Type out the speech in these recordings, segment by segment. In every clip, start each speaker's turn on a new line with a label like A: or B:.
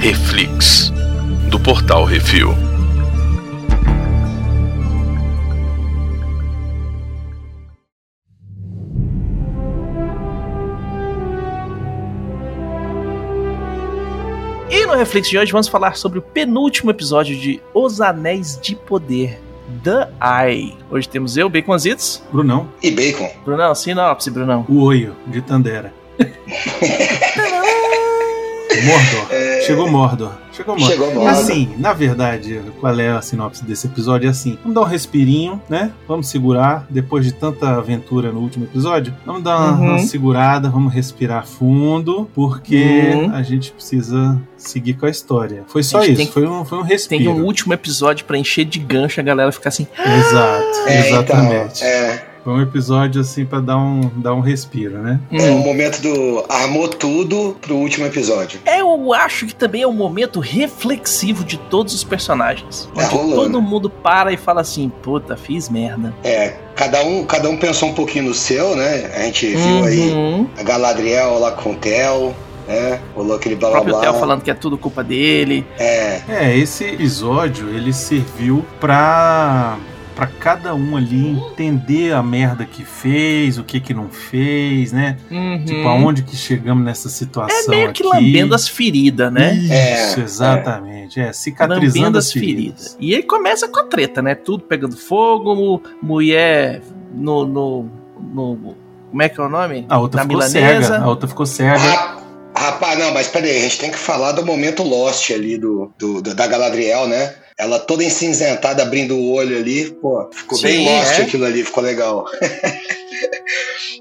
A: Reflix, do portal Refil.
B: E no Reflex de hoje vamos falar sobre o penúltimo episódio de Os Anéis de Poder, The Eye. Hoje temos eu, Baconzitos.
C: Brunão,
D: E bacon.
B: Brunão, sinopse, Brunão.
C: o olho de Tandera. Mordor. Chegou Mordor. Chegou Mordor.
D: É. Chegou
C: E
D: Mordor.
C: Assim, na verdade, qual é a sinopse desse episódio? É assim, vamos dar um respirinho, né? Vamos segurar. Depois de tanta aventura no último episódio, vamos dar uma,
B: Uhum.
C: uma segurada, vamos respirar fundo, porque
B: Uhum.
C: a gente precisa seguir com a história. Foi só
B: A gente
C: isso,
B: tem que-
C: foi, um, foi um
B: Tem
C: respiro.
B: um último episódio pra encher de gancho e a galera ficar assim.
C: Exato,
D: É,
C: exatamente.
D: então, é,
C: Foi um episódio assim pra dar um, dar um respiro, né?
D: é o
B: "Hum".
D: momento do armou tudo pro último episódio.
B: Eu acho que também é um momento reflexivo de todos os personagens.
D: Tá
B: onde
D: rolando.
B: todo mundo para e fala assim: puta, fiz merda.
D: É, cada um, cada um pensou um pouquinho no seu, né? A gente viu aí
B: Uhum.
D: a Galadriel lá com o Theo, né? Rolou aquele blá
B: O
D: blá
B: próprio
D: blá.
B: Theo falando que é tudo culpa dele.
D: É,
C: É, esse episódio ele serviu pra para cada um ali entender a merda que fez, o que que não fez, né?
B: Uhum.
C: Tipo, aonde que chegamos nessa situação
B: é meio que
C: aqui.
B: lambendo as feridas, né?
C: Isso,
D: É,
C: exatamente. É, cicatrizando
B: Lambendo
C: as
B: as feridas.
C: feridas.
B: E aí começa com a treta, né? Tudo pegando fogo, mu- mulher no. no, no- como é que é o nome?
C: A
B: Na
C: outra ficou
B: milanesa.
C: cega, a outra ficou cega.
D: Ra- Rapaz, não, mas peraí, a gente tem que falar do momento Lost ali do, do- do- da Galadriel, né? Ela toda encinzentada, abrindo o olho ali. Pô, ficou bem
B: Sim,
D: Lost
B: é.
D: aquilo ali, ficou legal.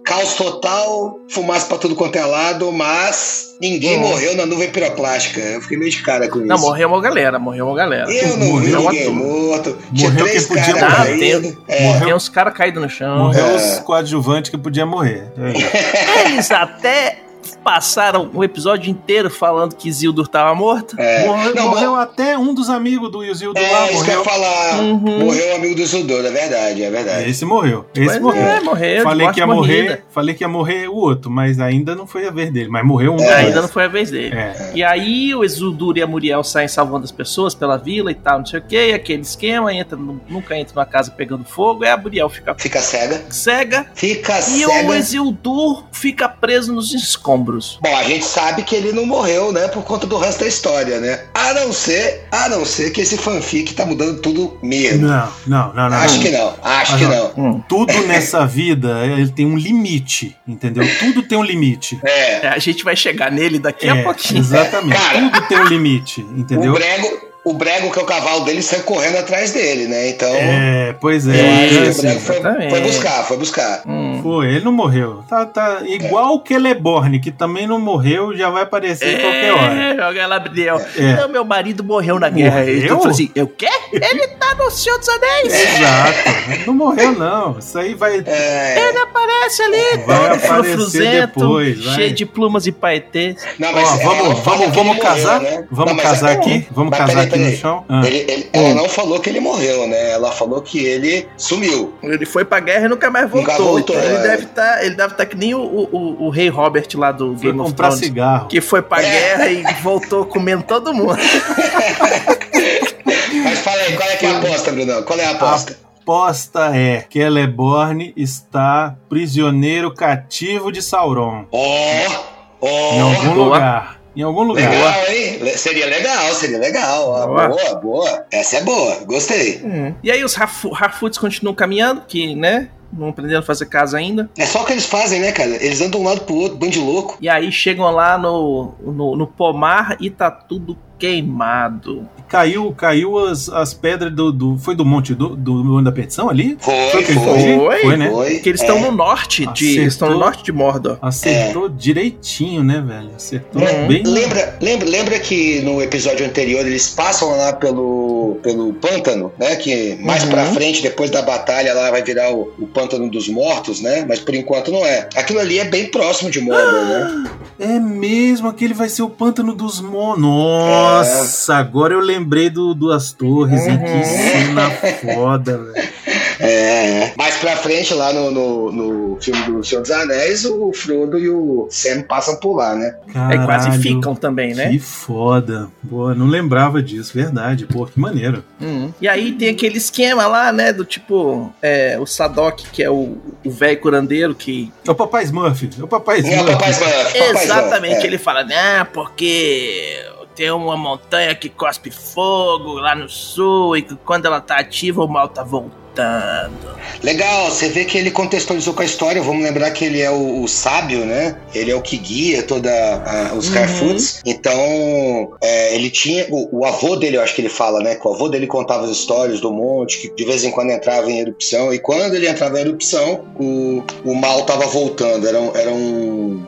D: Caos total, fumaça pra tudo quanto é lado, mas ninguém
B: Hum.
D: morreu na nuvem piroclástica. Eu fiquei meio de cara com isso.
B: Não, morreu uma galera, morreu uma galera.
D: Eu não
C: Morreu
D: vi ninguém
B: à toa.
D: morto.
C: Morreu
D: Tinha três
C: quem podia
D: caras
B: morrer.
D: caindo. É,
C: Morreu,
B: Tem uns caras caídos no chão.
C: morreu
D: É.
C: os coadjuvantes que podia morrer. É.
B: Eles até passaram o episódio inteiro falando que Isildur tava morta.
D: é.
C: Morreu,
D: Não,
C: morreu até um dos amigos do Yuzildo
D: É,
C: lá,
D: isso que eu ia
C: morreu.
D: falar.
B: Uhum.
D: Morreu o amigo do Zudor, é verdade, é verdade.
C: Esse morreu.
B: Mas
C: Esse morreu.
B: É, morreu. de
C: falei
B: morte
C: que ia
B: morrida.
C: morrer, falei que ia morrer o outro, mas ainda não foi a vez dele, mas morreu um.
D: É,
C: também.
B: Ainda não foi a vez dele.
C: É.
B: E aí o Exudur e a Muriel saem salvando as pessoas pela vila e tal, não sei o que, aquele esquema, entra, nu- nunca entra numa casa pegando fogo, e a Muriel fica
D: Fica cega.
B: cega
D: Fica
B: É. e
D: cega.
B: o Exildur fica preso nos escombros.
D: Bom, a gente sabe que ele não morreu, né? Por conta do resto da história, né? A não ser, a não ser que esse fanfic tá mudando tudo mesmo.
C: Não, não, não, não.
D: acho
C: não.
D: que não, acho
C: Ah,
D: que
C: não.
D: não.
C: Tudo nessa vida ele tem um limite, entendeu? Tudo tem um limite.
D: É.
B: É, a gente vai chegar nele daqui
C: É,
B: a pouquinho.
C: exatamente.
D: Cara.
C: Tudo tem um limite, entendeu?
D: O Brego, o Brego, que é o cavalo dele, saiu correndo atrás dele, né? Então,
C: É, pois
D: eu
C: é.
B: É,
D: acho
C: então,
D: que o
C: assim,
D: Brego foi,
B: exatamente.
D: foi buscar, foi buscar.
B: Hum.
C: Foi, ele não morreu. Tá, tá igual o Celeborn, que também não morreu, já vai aparecer em qualquer hora.
B: É, joga lá, Galadriel.
C: É.
B: Não, meu marido morreu na guerra. Ele
C: Morreu?
B: falou assim: eu quê? Ele tá no Senhor dos Anéis.
C: Exato. Não morreu, não. Isso aí vai,
D: É.
B: Ele aparece ali,
C: vai
B: todo
C: aparecer
B: frufruzento,
C: depois. vai.
B: cheio de plumas e paetês.
D: Não,
C: Ó,
D: ela não
C: vamos,
D: fala
C: vamos,
D: que ele
C: vamos
D: morreu,
C: casar?
D: né?
C: Vamos
D: Não, mas
C: casar
D: ela-
C: aqui? Vamos
D: mas
C: casar
D: peraí,
C: aqui no
D: peraí.
C: chão? Ah,
D: Ele, ele- ela não falou que ele morreu, né? Ela falou que ele sumiu.
B: Ele foi pra guerra e nunca mais voltou.
D: Nunca voltou,
B: Então ele
D: é.
B: deve tá, ele deve estar que nem o, o- o- o rei Robert lá do
C: Foi
B: Game of
C: comprar
B: Thrones.
C: cigarro.
B: Que foi
D: É.
B: pra guerra e voltou comendo todo mundo.
D: Mas fala aí, qual é, que é a aposta, Brunão? Qual é a aposta?
C: Aposta é que Celeborn está prisioneiro cativo de Sauron.
D: Ó, ó.
C: Em algum
B: boa.
C: lugar. Em algum lugar.
D: Legal, hein? Le- Seria legal, seria legal. Ah,
B: Boa.
D: Boa. boa, Essa é boa, gostei.
B: Hum. E aí os Harfu- Harfoots continuam caminhando, que, né? Não aprendendo a fazer casa ainda.
D: É só o que eles fazem, né, cara? Eles andam de um lado pro outro, bando de louco.
B: E aí chegam lá no, no, no pomar e tá tudo queimado.
C: Caiu, caiu as, as pedras do, do- Foi do Monte do, do Monte da Perdição ali?
D: Foi,
C: que
D: foi,
C: ele
D: foi. É.
C: fez?
B: Foi,
C: né?
B: Porque eles estão no norte de.
C: Acertou.
B: Eles estão no norte de Mordor.
C: Acertou direitinho, né, velho? Acertou
D: É.
C: bem.
D: Lembra, lembra, lembra que no episódio anterior eles passam lá pelo, pelo pântano, né? Que mais
B: Uhum.
D: pra frente, depois da batalha, lá vai virar o, o pântano dos mortos, né? Mas por enquanto não é. Aquilo ali é bem próximo de Mordor, né?
C: É mesmo, aquele vai ser o pântano dos monos. Nossa, agora eu lembrei do, do As Torres, hein?
B: Uhum.
C: Que cena foda, velho.
D: É, é. Mais pra frente, lá no, no, no filme do Senhor dos Anéis, o Frodo e o Sam passam por lá, né?
B: Aí
C: Caralho,
B: É quase ficam também, né?
C: Que foda. Pô, não lembrava disso, verdade. Pô, que maneiro.
B: Uhum. E aí tem aquele esquema lá, né? Do tipo, é, o Sadok, que é o o velho curandeiro, que.
C: É o Papai Smurf. É o Papai
D: É
C: Smurf.
D: o Papai Smurf. Papai Smurf,
B: Exatamente,
D: é.
B: ele fala, né? Porque tem uma montanha que cospe fogo lá no sul e que quando ela tá ativa o mal tá voltando.
D: Legal, você vê que ele contextualizou com a história. Vamos lembrar que ele é o, o sábio, né? Ele é o que guia toda a- os
B: Uhum.
D: Carfoots. Então, é, ele tinha. O, o avô dele, eu acho que ele fala, né? Que o avô dele contava as histórias do monte, que de vez em quando entrava em erupção. E quando ele entrava em erupção, o, o mal tava voltando. Era, um- era um,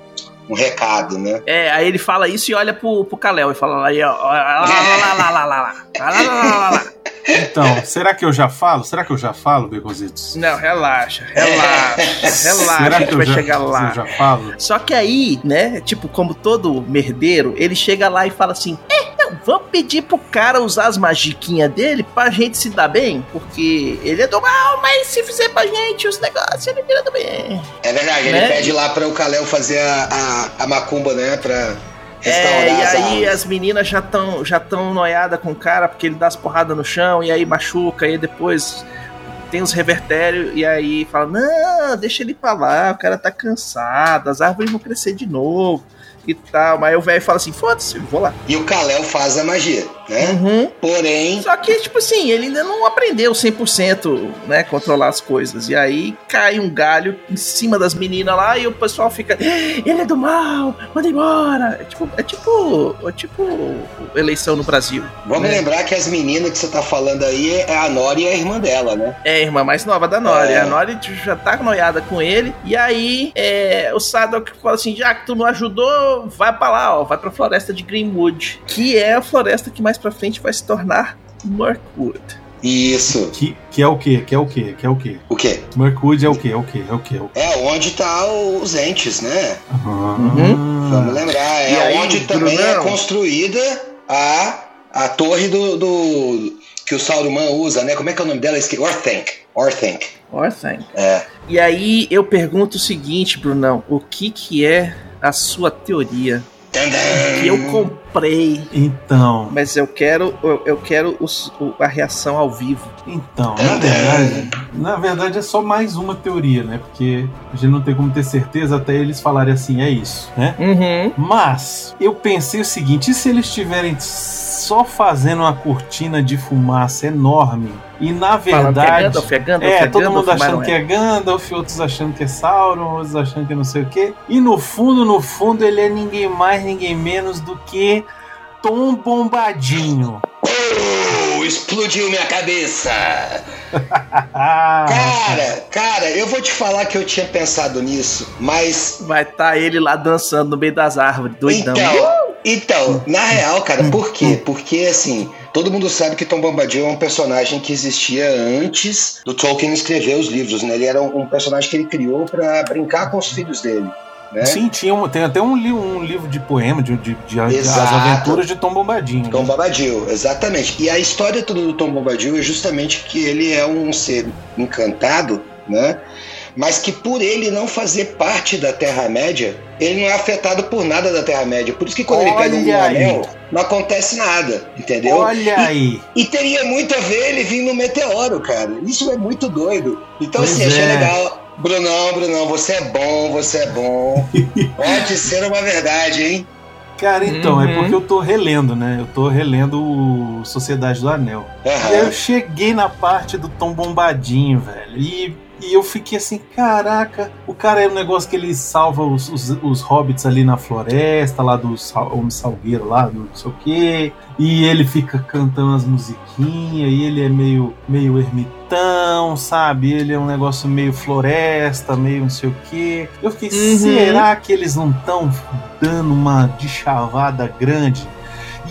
D: um recado, né?
B: É, aí ele fala isso e olha pro, pro Kalel e fala aí, ó, ó, lá, lá, lá, lá, lá, lá, lá, lá, lá, lá, lá, lá.
C: Então, será que eu já falo? Será que eu já falo, Beconzitos?
B: Não, relaxa, relaxa, relaxa, É a gente vai chegar lá.
C: Eu já falo?
B: Só que aí, né, tipo, como todo merdeiro, ele chega lá e fala assim: É, não, vamos pedir pro cara usar as magiquinhas dele pra gente se dar bem, porque ele é do mal, mas se fizer pra gente os negócios, ele vira do bem.
D: É verdade, ele
B: Né?
D: pede lá para o Kalel fazer a, a, a macumba, né? Pra restaurar
B: É, e
D: as
B: aí
D: almas.
B: as meninas já estão já tão noiadas com o cara, porque ele dá as porradas no chão e aí machuca, e aí depois. Tem os revertérios e aí fala: Não, deixa ele pra lá, o cara tá cansado, as árvores vão crescer de novo e tal. Mas aí o velho fala assim: Foda-se, vou lá.
D: E o Kalel faz a magia, né?
B: Uhum.
D: Porém,
B: Só que, tipo assim, ele ainda não aprendeu 100%, né, controlar as coisas. E aí cai um galho em cima das meninas lá e o pessoal fica, ele é do mal, manda embora. É tipo, é tipo, é tipo eleição no Brasil.
D: vamos
B: né?
D: lembrar que as meninas que você tá falando aí é a Nori e a irmã dela, né?
B: É a irmã mais nova da Nori.
D: É.
B: A Nori já tá noiada com ele. E aí é, o Sadok fala assim: já que tu não ajudou, vai pra lá, ó. Vai pra floresta de Greenwood. Que é a floresta que mais pra frente vai se tornar Mirkwood.
D: Isso.
C: Que, que é o quê? Que é o quê? Que é o quê?
D: O quê?
C: Mercúrio é o quê? É o quê? É o quê? É o quê?
D: É onde tá o- os entes, né?
B: Uhum.
D: Vamos
C: Ah,
D: lembrar, é
B: Hum. E aí,
D: onde também é
B: Brunão?
D: construída a, a torre do, do- que o Sauron usa, né? Como é que é o nome dela? Esque- Orthanc. Orthanc.
B: Orthanc.
D: É.
B: E aí eu pergunto o seguinte, Brunão, o que que é a sua teoria?
D: Tan,
B: Que
D: tan.
B: eu comprei,
C: Então,
B: mas eu quero, eu, eu quero os- o- a reação ao vivo.
C: então, na verdade, na verdade é só mais uma teoria, né? Porque a gente não tem como ter certeza até eles falarem assim, é isso, né?
B: Uhum.
C: Mas eu pensei o seguinte: e se eles estiverem só fazendo uma cortina de fumaça enorme e na verdade.
B: Falando que é Gandalf, é Gandalf,
C: É,
B: é
C: todo mundo
B: Gandalf,
C: achando
B: mas
C: que
B: não
C: é Gandalf, outros achando que é Sauron, outros achando que é não sei o quê. E no fundo, no fundo, ele é ninguém mais, ninguém menos do que Tom Bombadinho.
D: Oh, explodiu minha cabeça!
C: Ah,
D: Cara, cara, eu vou te falar que eu tinha pensado nisso, mas
B: Vai tá ele lá dançando no meio das árvores, doidão.
D: Então, então, na real, cara, por quê? Porque, assim, todo mundo sabe que Tom Bombadil é um personagem que existia antes do Tolkien escrever os livros, né? Ele era um, um personagem que ele criou pra brincar com os filhos dele, né?
C: Sim, tinha um- tem até um, li- um livro de poema, de, de- de- As
D: Exato.
C: Aventuras de Tom Bombadinho.
D: Tom
C: né?
D: Bombadil, exatamente. E a história toda do Tom Bombadil é justamente que ele é um ser encantado, né? Mas que por ele não fazer parte da Terra-média, ele não é afetado por nada da Terra-média. Por isso que quando ele
C: Olha
D: pega um
C: aí.
D: anel, não acontece nada, entendeu?
C: Olha aí.
D: E teria muito a ver ele vir no meteoro, cara. Isso é muito doido. Então,
C: Pois
D: assim, achei
C: é.
D: legal. Brunão, Brunão, você é bom, você é bom. Pode ser uma verdade, hein?
C: Cara, então, é
B: Uhum.
C: porque eu tô relendo, né? Eu tô relendo o Sociedade do Anel. E aí eu
D: Aham.
C: cheguei na parte do Tom Bombadinho, velho. E, e eu fiquei assim, caraca, o cara é um negócio que ele salva os, os, os hobbits ali na floresta, lá do sal- Homem Salgueiro, lá do não sei o quê. E ele fica cantando as musiquinhas, e ele é meio, meio ermitão, sabe? Ele é um negócio meio floresta, meio não sei o quê. Eu fiquei,
B: Uhum.
C: será que eles não estão dando uma de chavada grande?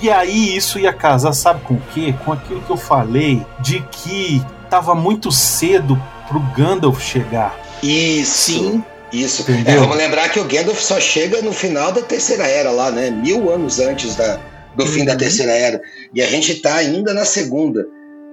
C: E aí isso ia casar, sabe com o quê? Com aquilo que eu falei de que tava muito cedo pro Gandalf chegar.
D: Isso.
B: Sim.
D: Isso.
C: Entendeu?
D: É, vamos lembrar que o Gandalf só chega no final da Terceira Era lá, né? Mil anos antes da, do fim da
C: Uhum.
D: Terceira Era. E a gente tá ainda na Segunda.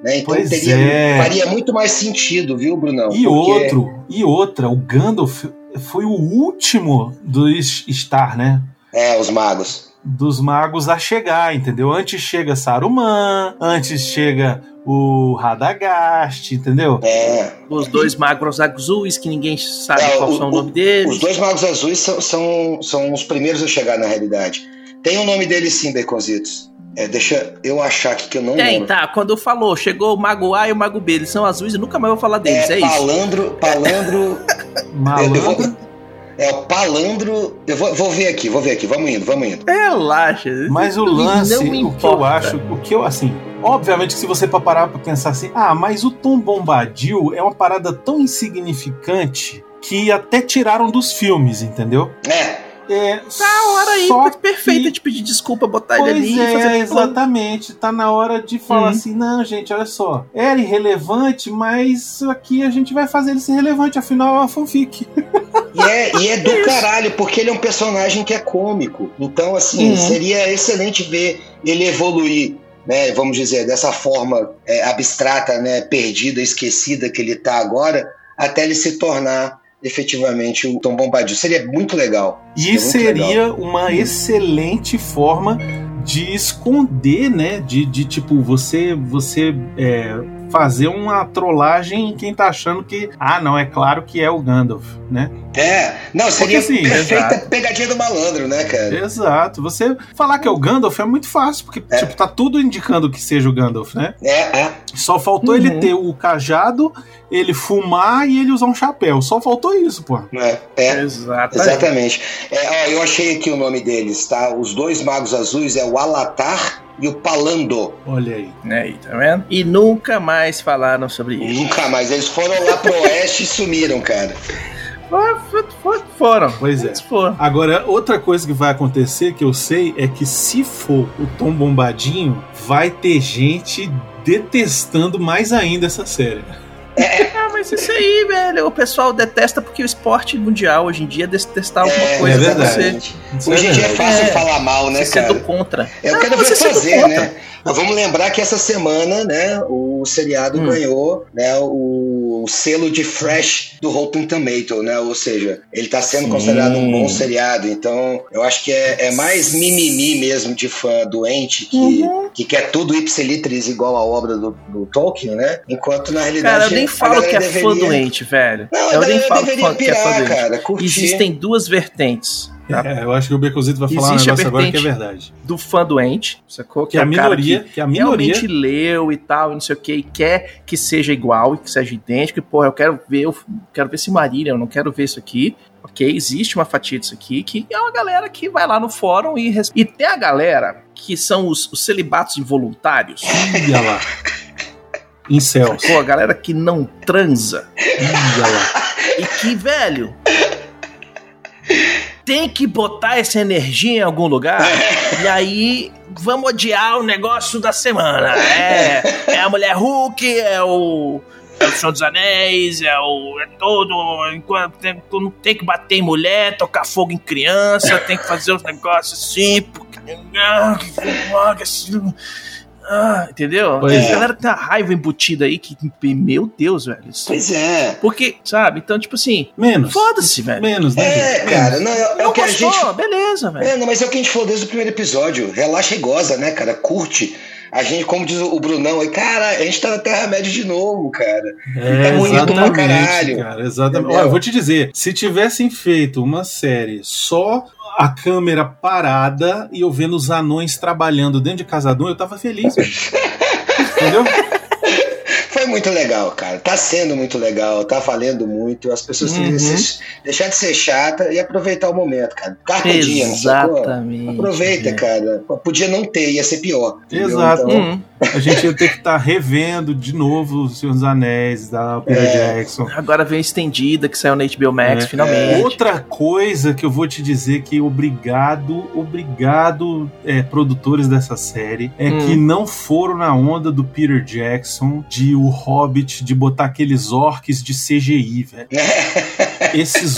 D: Né? Então
C: Pois
D: teria,
C: é.
D: faria muito mais sentido, viu, Brunão?
C: E
D: Porque-
C: outro, e outra, o Gandalf foi o último dos Star, né?
D: É, os magos.
C: Dos magos a chegar, entendeu? Antes chega Saruman, antes
B: É.
C: chega o Radagast, entendeu?
D: É.
B: Os dois magros azuis, que ninguém sabe
D: É,
B: qual
D: o-
B: são o
D: o-
B: nome deles.
D: Os dois magos azuis são, são, são os primeiros a chegar na realidade. Tem o nome deles sim, Baconzitos. É, deixa eu achar aqui que eu não
B: Tem,
D: lembro.
B: tá. Quando falou, chegou o Mago A e o Mago B, eles são azuis e nunca mais vou falar deles, é,
D: É,
B: isso.
D: palandro, palandro. eu- eu vou-
C: Malandro.
D: é o palandro. Eu vou, vou ver aqui, vou ver aqui. Vamos indo, vamos indo.
B: Relaxa.
C: Mas o
B: Não
C: lance,
B: me
C: o que eu
B: importa.
C: acho, o que eu, assim, obviamente que se você pra parar pra pensar assim, ah, mas o Tom Bombadil é uma parada tão insignificante que até tiraram dos filmes, entendeu?
D: É,
C: É,
B: Tá a hora aí
C: só
B: perfeita
C: que-
B: de pedir desculpa, botar
C: Pois
B: ele ali e fazer
C: é,
B: tudo.
C: exatamente. Tá na hora de falar
B: Uhum.
C: assim, não, gente, olha só. Era irrelevante, mas aqui a gente vai fazer ele ser relevante, afinal é uma fanfic.
D: e é, e é do caralho, porque ele é um personagem que é cômico. Então, assim,
B: Uhum.
D: seria excelente ver ele evoluir. Né, vamos dizer, dessa forma é, abstrata, né, perdida, esquecida que ele tá agora, até ele se tornar efetivamente o Tom Bombadil. Seria muito legal.
C: E
D: é muito
C: seria uma excelente forma de esconder, né? De, de, tipo, você, você é, fazer uma trollagem em quem tá achando que, ah, não, é claro que é o Gandalf, né?
D: É, não, seria
C: assim,
D: perfeita
B: exato.
D: pegadinha do malandro, né, cara?
C: Exato. Você falar que é o Gandalf é muito fácil, porque,
D: É.
C: tipo, tá tudo indicando que seja o Gandalf, né?
D: É, é.
C: Só faltou
B: Uhum.
C: ele ter o cajado, ele fumar e ele usar um chapéu. Só faltou isso, pô.
D: é, é.
B: Exatamente.
D: Exatamente. É, ó, eu achei aqui o nome deles, tá? Os dois magos azuis é o Alatar e o Palando.
C: Olha aí.
B: Aí, tá vendo? E nunca mais falaram sobre isso.
D: Nunca mais. Eles foram lá pro oeste e sumiram, cara.
B: For- for- for- Foram.
C: Pois é.
B: Eles foram.
C: Agora, outra coisa que vai acontecer que eu sei é que se for o Tom Bombadinho, vai ter gente detestando mais ainda essa série.
B: Ah, mas isso aí, velho. O pessoal detesta porque o esporte mundial hoje em dia é detestar alguma
D: É,
B: coisa
C: é
B: pra
C: verdade.
B: você.
D: exatamente.
C: Isso
D: Hoje em dia é
C: verdade.
D: fácil
B: É.
D: falar mal, né,
B: você
D: cara? É
B: sendo contra.
D: Eu
B: Ah,
D: quero
B: você
D: ver
B: sendo
D: fazer,
B: contra.
D: né? Mas vamos lembrar que essa semana, né, o seriado
B: Hum.
D: ganhou, né, o, o selo de fresh do Rotten Tomato, né? Ou seja, ele tá sendo
B: Sim.
D: considerado um bom seriado. Então, eu acho que é, é mais mimimi mesmo de fã doente que,
B: Uhum.
D: que quer tudo ipsilitris igual a obra do, do Tolkien, né? Enquanto na realidade
B: Cara, eu nem
D: a
B: falo
D: galera
B: que é
D: deveria...
B: fã doente, velho.
D: Não,
B: eu
D: a
B: nem
D: galera
B: falo
D: deveria
B: que é fã
D: pirar,
B: doente.
D: cara, curtir.
B: Existem duas vertentes. tá?
C: É, eu acho que o Becozito vai falar um
B: Existe a
C: negócio agora que é
B: vertente.
C: verdade.
B: Do fã doente, sacou?
C: Que a
B: é o cara
C: minoria, que a minoria
B: realmente leu e tal, e não sei o que, e quer que seja igual e que seja idêntico, e porra, eu quero ver, eu quero ver esse Marília, eu não quero ver isso aqui. Ok, existe uma fatia disso aqui, que é uma galera que vai lá no fórum e. res- E tem a galera que são os, os celibatos involuntários,
C: ia lá. Em céus.
B: pô, a galera que não transa,
C: Ia lá.
B: e que, velho. Tem que botar essa energia em algum lugar. E aí, vamos odiar o negócio da semana. É, é a mulher Hulk, é o. É o Senhor dos Anéis, é o. É todo. Enquanto tem, tu não tem que bater em mulher, tocar fogo em criança, tem que fazer os negócios assim, porque. Ah, que droga, assim, ah, entendeu?
C: Pois
B: a
D: é.
B: galera tem uma raiva embutida aí que. Meu Deus, velho. isso-
D: Pois é.
B: porque, sabe? Então, tipo assim,
C: Menos.
B: foda-se, velho.
C: Menos, né,
D: É,
C: gente?
D: cara, não, é, é
B: Não
D: o que a
B: gostou,
D: gente
B: beleza, velho.
D: É, não, mas é o que a gente falou desde o primeiro episódio. Relaxa e goza, né, cara? Curte. A gente, como diz o Brunão aí, cara, a gente tá na Terra-média de novo, cara.
C: É,
D: Tá bonito pra caralho.
C: cara, exatamente.
D: Entendeu?
C: Olha, eu vou te dizer, se tivessem feito uma série só a câmera parada e eu vendo os anões trabalhando dentro de Casadão, eu tava feliz. velho. Entendeu?
D: Foi muito legal, cara. Tá sendo muito legal, tá valendo muito. As pessoas têm que
C: Uhum.
D: se- deixar de ser chata e aproveitar o momento, cara. Carpe diem, sacou?
B: Exatamente. né?
D: Aproveita, cara. Podia não ter, ia ser pior. entendeu?
C: Exato.
D: Então,
B: Hum.
C: A gente ia ter que estar revendo de novo o Senhor dos Anéis, da Peter
D: É.
C: Jackson.
B: Agora vem a estendida que saiu na HBO Max,
C: É.
B: finalmente.
C: Outra coisa que eu vou te dizer que obrigado, obrigado, é, produtores dessa série, é
B: Hum.
C: que não foram na onda do Peter
D: é,
C: Jackson de O Hobbit, de botar aqueles orques de CGI, velho. Esses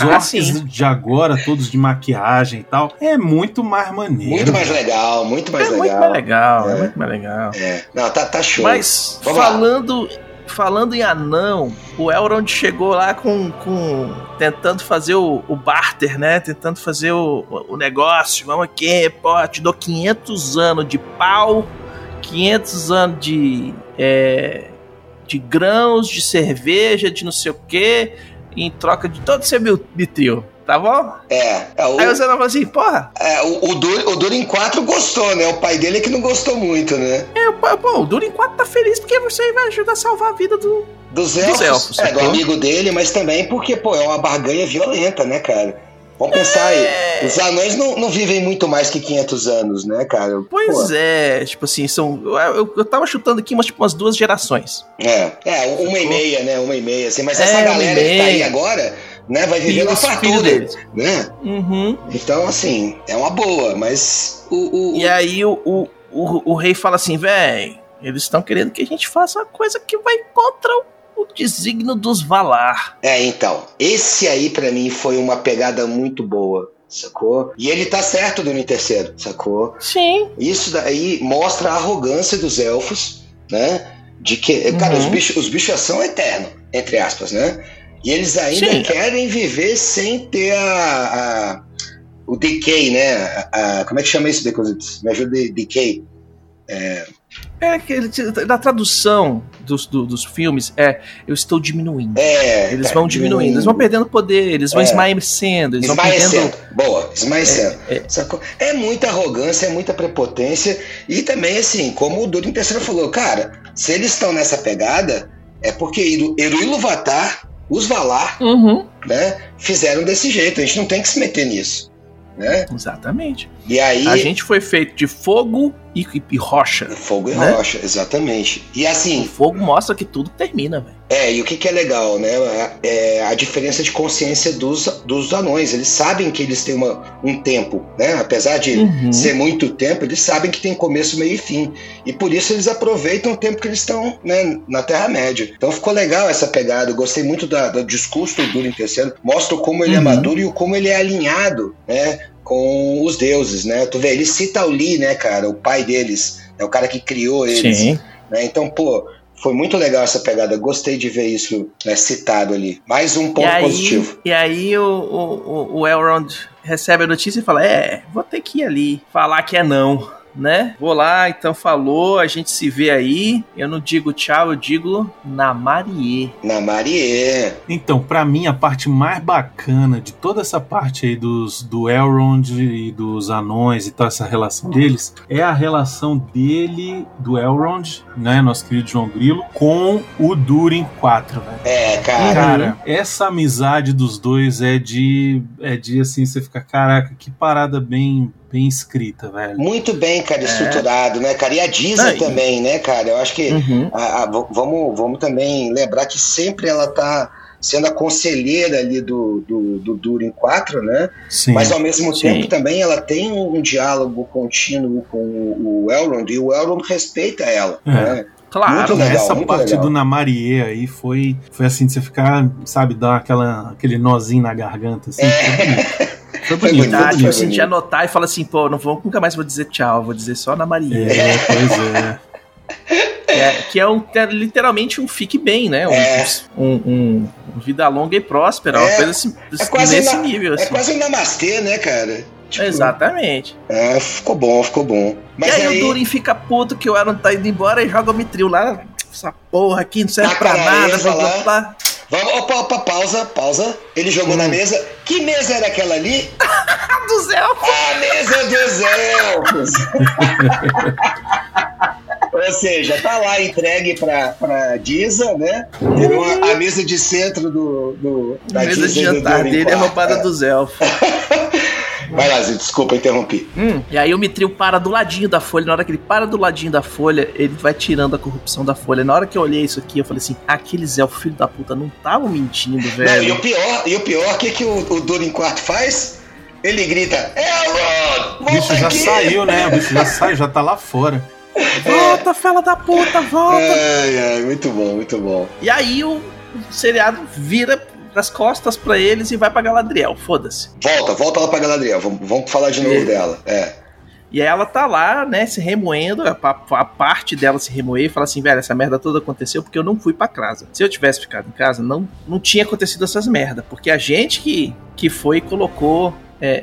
B: Ah,
C: orcs
B: sim.
C: de agora, todos de maquiagem e tal, é muito mais maneiro.
D: Muito mais legal, muito mais
B: Uhum. é
D: legal.
B: muito mais legal, é.
D: É.
B: muito mais legal.
D: É. Não, tá, tá show.
B: Mas
D: Vamos lá.
B: falando, falando em anão, o Elrond chegou lá com, com tentando fazer o, o barter, né? Tentando fazer o, o negócio. Vamos aqui, pô, te dou 500 anos de pau, 500 anos de é, de grãos, de cerveja, de não sei o quê, em troca de todo o seu bitril, tá bom?
D: É, é, o,
B: Aí você fala assim, porra,
D: é, o, o, Dur, o Durin 4 gostou, né? O pai dele é que não gostou muito, né?
B: é, pô, o Durin 4 tá feliz porque você vai ajudar a salvar a vida do,
D: Dos elfos,
B: elfos,
D: é, do
B: sacou?
D: amigo dele, mas também porque, pô, é uma barganha violenta, né, cara? Vamos pensar
B: É,
D: aí. Os anões não, não vivem muito mais que 500 anos, né, cara?
B: Pois é, tipo assim, são. Eu, eu, eu tava chutando aqui umas, tipo, umas duas gerações.
D: É, é, uma e meia, né? Uma e meia, assim. Mas
B: É,
D: essa
B: uma e
D: galera que tá aí
B: meia.
D: agora, né, vai viver na
B: os filhos
D: fartura,
B: deles.
D: né?
B: Uhum.
D: Então, assim, é uma boa, mas o... o-
B: E aí o, o, o, o rei fala assim, véi, eles estão querendo que a gente faça uma coisa que vai contra o, o desígnio dos Valar.
D: É, então, esse aí pra mim foi uma pegada muito boa. Sacou? E ele tá certo do terceiro, sacou?
B: Sim.
D: Isso daí mostra a arrogância dos elfos, né? De que, cara,
B: Uhum.
D: os bichos, os bichos são eternos, entre aspas, né? E eles ainda
B: Sim.
D: querem viver sem ter a, a- o decay, né? A- a- como é que chama isso, Decositos? Me ajuda, aí, decay.
B: É que ele, na tradução dos, do- dos filmes é eu estou diminuindo.
D: É,
B: Eles
D: tá,
B: vão diminuindo, eles vão perdendo poder, eles vão
D: É.
B: esmaecendo, eles vão perdendo.
D: Esmaecendo. Boa, esmaecendo.
B: É,
D: Sacou? É muita arrogância, é muita prepotência. E também, assim, como o Durin Terceiro falou, cara, se eles estão nessa pegada, é porque Eru- Eru Iluvatar, os Valar,
B: Uhum.
D: né, fizeram desse jeito. A gente não tem que se meter nisso. Né?
B: Exatamente.
D: E aí.
B: A gente foi feito de fogo e, e- e rocha.
D: Fogo e
B: né?
D: rocha, exatamente. E
B: O
D: assim,
B: fogo mostra que tudo termina, velho.
D: é, e o que, que é legal, né? É a diferença de consciência dos, dos anões. Eles sabem que eles têm uma, um tempo, né? Apesar de
B: Uhum.
D: ser muito tempo, eles sabem que tem começo, meio e fim. E por isso eles aproveitam o tempo que eles estão né, na Terra-média. Então ficou legal essa pegada. Eu gostei muito da, do discurso do Durin III. Mostra o como ele é
B: Uhum.
D: maduro e o como ele é alinhado né, com os deuses. Né? Tu vê, ele cita o Lee, né, cara? O pai deles. É o cara que criou eles.
B: Sim.
D: né? Então, pô, foi muito legal essa pegada. Gostei de ver isso né, citado ali. Mais um
B: E
D: ponto
B: aí,
D: positivo.
B: e aí o, o, o- o Elrond recebe a notícia e fala: É, vou ter que ir ali falar que é não, né? Vou lá, então falou, a gente se vê aí. Eu não digo tchau, eu digo Namarie.
D: Na Marie.
C: Então, pra mim, a parte mais bacana de toda essa parte aí dos, do Elrond e dos anões e tal, essa relação deles, é a relação dele, do Elrond, né, nosso querido João Grilo, com o Durin 4, velho.
D: É, cara.
C: Cara, essa amizade dos dois é de, é de, assim, você fica, caraca, que parada bem, bem escrita, velho.
D: Muito bem, cara, estruturado, né, cara? E a Disney
B: É. Não, e-
D: também, né, cara? Eu acho que
B: Uhum.
D: a- a- v- vamos, vamos também lembrar que sempre ela tá sendo a conselheira ali do, do, do Durin 4, né?
C: Sim.
D: Mas ao mesmo
B: Sim.
D: tempo também ela tem um, um diálogo contínuo com o, o Elrond e o Elrond respeita ela,
C: É.
D: né?
B: Claro,
D: Muito
B: né?
D: legal,
C: Essa
D: muito
C: parte
D: legal.
C: do Namarie aí foi, foi assim, de você ficar, sabe, dar aquela, aquele nozinho na garganta,
D: É.
C: assim. Foi bonito. Foi bonito,
B: Tá,
C: foi
B: tipo
C: bonito.
B: assim, de anotar e fala assim, pô, não vou, nunca mais vou dizer tchau, vou dizer só Namarie.
C: É, pois é.
B: Que é, que é um, é literalmente um fique bem, né? Um,
D: É.
B: um- um vida longa e próspera, uma
D: É.
B: coisa assim,
D: É quase
B: nesse
D: na-
B: nível.
D: É
B: Assim.
D: quase um namastê, né, cara? Tipo,
B: Exatamente.
D: É, ficou bom, ficou bom. Mas
B: e aí,
D: aí,
B: o Durin fica puto que o Aaron tá indo embora e joga o Mitril lá. Essa porra aqui não serve
D: Na
B: pra nada.
D: caraeza
B: Blá, blá,
D: lá.
B: blá.
D: vamos, opa, opa, pausa, pausa. Ele jogou
B: Hum.
D: na mesa. Que mesa era aquela ali?
B: Ah, do céu!
D: A mesa dos elfos! Ou seja, tá lá entregue pra, pra Diza, né? Virou a, a mesa de centro do, do-
B: A
D: da
B: mesa de
D: Diza e do
B: jantar
D: Durin
B: dele é
D: Quarto.
B: roubada dos elfos.
D: Vai lá, Zito, desculpa, interrompi.
B: Hum, E aí o Mitril para do ladinho da folha. Na hora que ele para do ladinho da folha, ele vai tirando a corrupção da folha. Na hora que eu olhei isso aqui, eu falei assim: aqueles elfos, filho da puta, não estavam mentindo,
D: Não, e
B: velho.
D: o pior, e o pior, o que, que o, o Durin Quarto faz? Ele grita, Elrond,
C: O bicho
D: volta
C: já
D: aqui!
C: saiu, né? O bicho já saiu, já tá lá fora.
B: Volta, fela da puta, volta!
D: Ai, ai, muito bom, muito bom.
B: E aí o o seriado vira pra das costas pra eles e vai pra Galadriel, foda-se.
D: Volta, volta lá pra Galadriel, vamos, vamos falar de novo
B: É.
D: dela. É.
B: E aí ela tá lá, né, se remoendo, a, pa- a parte dela se remoer e fala assim, velho, essa merda toda aconteceu porque eu não fui pra casa. Se eu tivesse ficado em casa, não, não tinha acontecido essas merda, porque a gente que, que foi e colocou é, é,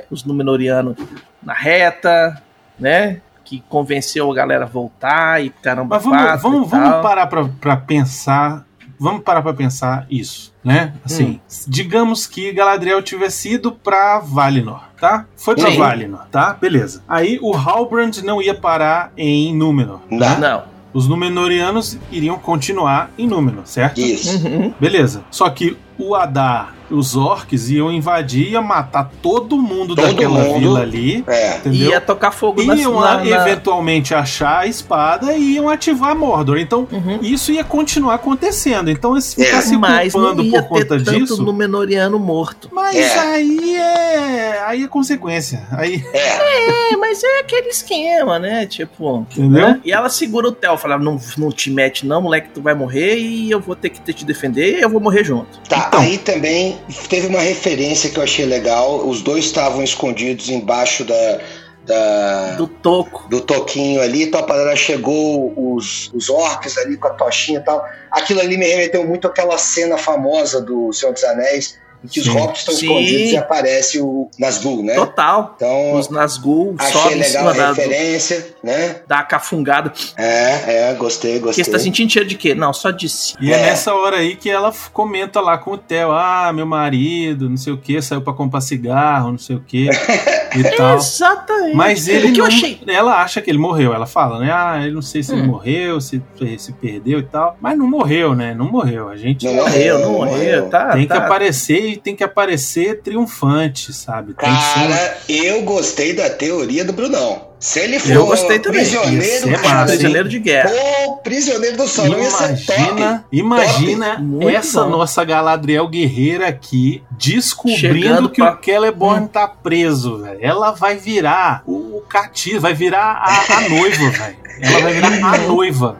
B: é, os Númenorianos na reta, né, que convenceu a galera a voltar e caramba,
C: Mas vamos,
B: quatro
C: vamos,
B: e tal.
C: vamos parar pra, pra pensar. Vamos parar pra pensar isso, né?
D: Hum.
C: Assim, digamos que Galadriel tivesse ido pra Valinor, tá? Foi pra
B: Sim.
C: Valinor, tá? Beleza. Aí o Halbrand não ia parar em Númenor.
D: Não.
B: Não.
C: Os Númenóreanos iriam continuar em Númenor, certo?
D: Isso.
B: Uhum.
C: Beleza. Só que o Adar, os orcs iam invadir, ia matar todo mundo
D: Todo
C: daquela
D: mundo.
C: vila ali,
D: É.
C: entendeu?
B: Ia tocar fogo na
C: Iam
B: na- na-
C: eventualmente achar a espada e iam ativar Mordor. Então,
B: Uhum.
C: isso ia continuar acontecendo. Então, se
D: É.
C: ficar se
B: Mas não
C: culpando
B: ia
C: por
B: ter
C: conta
B: tanto
C: disso.
B: Númenoriano morto.
C: Mas
D: É.
C: aí é. Aí é consequência. Aí,
D: É.
B: É, mas é aquele esquema, né? Tipo.
C: entendeu?
B: né? E ela segura o Theo, fala: não, não te mete, não, moleque, tu vai morrer e eu vou ter que te- te defender e eu vou morrer junto.
D: Tá,
C: Então.
D: aí também teve uma referência que eu achei legal. Os dois estavam escondidos embaixo da. da-
B: Do toco.
D: do toquinho ali, tal parada chegou os, os orcs ali com a tochinha e tal. Aquilo ali me remeteu muito àquela cena famosa do Senhor dos Anéis, em que os
C: Sim.
D: hobbits estão
B: Sim.
D: escondidos e aparece o Nazgûl, né?
B: Total.
D: Então,
B: Os Nazgûl
D: achei
B: sobem um em
D: legal
B: cima
D: a
B: da,
D: referência, né?
B: da cafungada. Porque
D: É, é, gostei, gostei.
B: você tá sentindo cheiro de quê? Não, só de si.
C: E é.
D: É.
C: nessa hora aí que ela f- comenta lá com o Theo: Ah, meu marido, não sei o que, saiu pra comprar cigarro, não sei o que
B: É
C: e tal.
B: Exatamente.
C: Mas ele
B: o que eu
C: não,
B: achei.
C: ela acha que ele morreu. Ela fala, né? Ah, eu não sei se ele
B: Hum.
C: morreu, se se perdeu e tal. Mas não morreu, né? Não morreu. A gente
D: Não
B: Morreu, não morreu. Tá,
C: tem que
B: tá.
C: aparecer e tem que aparecer triunfante, sabe? Tem que ser um-
D: Cara, eu gostei da teoria do Brunão. Se ele for
B: Eu gostei também.
C: Ia
D: prisioneiro,
C: ser
D: cara,
C: massa, hein?
B: um Prisioneiro de guerra.
D: pô, prisioneiro do salão ia ser top.
C: Imagina, imagina
B: Muito
C: essa
B: bom.
C: nossa Galadriel guerreira aqui descobrindo
B: Chegando
C: que
B: pra- Hum.
C: o Celeborn tá preso, velho. Ela vai virar o cativo, vai virar a, a noiva, velho. Ela vai virar a noiva.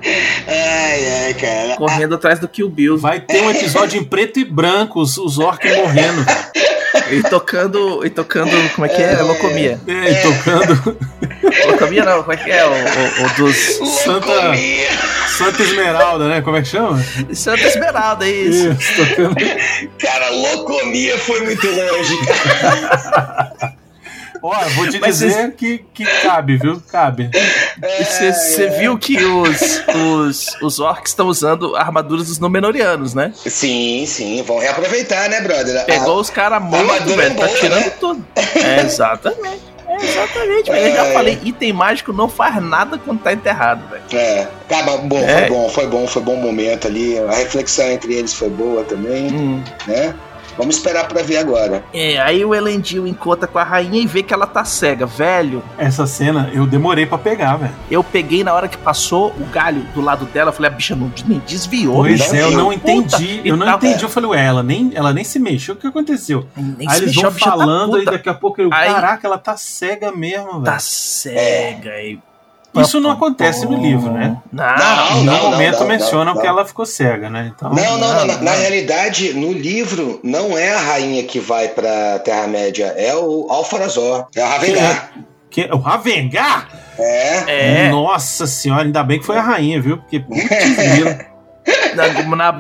D: Ai, ai, cara.
B: Correndo atrás do Kill Bill.
C: Vai ter um episódio em preto e branco, os, os orcs morrendo, velho.
B: E tocando. E tocando. Como é que é? Locomia.
C: É, e tocando
B: Locomia não, como é que é? O, o- o dos.
C: Santa, Santa Esmeralda, né? Como é que chama?
B: Santa Esmeralda, é isso.
C: Isso, tocando.
D: Cara, locomia foi muito longe, cara.
C: Ó, eu vou te
B: Mas
C: dizer que, que cabe, viu? Cabe.
D: É.
B: Você viu que os, os, os orcs estão usando armaduras dos Númenóreanos, né?
D: Sim, sim, vão reaproveitar, né, brother?
B: Pegou os caras mortos,
D: Ah, armadura
B: velho. Tá
D: boa,
B: tirando
D: né?
B: tudo. É, exatamente. É, exatamente, velho. Eu já
D: É.
B: falei, item mágico não faz nada quando tá enterrado, velho.
D: Ah, é. Tá, mas bom,
B: É.
D: foi bom, foi bom, foi bom momento ali. A reflexão entre eles foi boa também,
B: Hum.
D: né? Vamos esperar pra ver agora.
B: É, aí o Elendil encontra com a rainha e vê que ela tá cega. Velho,
C: Essa cena eu demorei pra pegar, velho.
B: eu peguei na hora que passou o galho do lado dela. Eu falei, a bicha não nem desviou.
C: Pois
B: bicho.
C: é, eu não
B: Puta,
C: entendi.
B: e
C: Eu não
B: tava-
C: entendi. Eu falei, ué, ela nem, ela nem se mexeu. O que aconteceu?
B: nem
C: Aí
B: se
C: eles
B: mexeu,
C: vão
B: a bicha tá
C: falando e
B: puta.
C: daqui a pouco eu.
B: Aí-
C: Caraca, ela tá cega mesmo,
B: Tá
C: velho.
B: cega e.
C: É. Isso não acontece no livro, né?
B: Tá Não,
C: Em
D: Não,
C: nenhum
D: não,
C: momento
D: não,
C: mencionam
D: não,
C: que
D: não.
C: ela ficou cega, né? Então.
D: Não, não,
B: não,
D: não, na- Na
B: não.
D: realidade, no livro, não é a rainha que vai pra Terra-média, é o Alfarazor. É a Ravengar.
C: Que, o Ravengar?
D: É.
B: é.
C: Nossa senhora, ainda bem que foi a rainha, viu? Porque. Putz, grilo.
B: Na, na,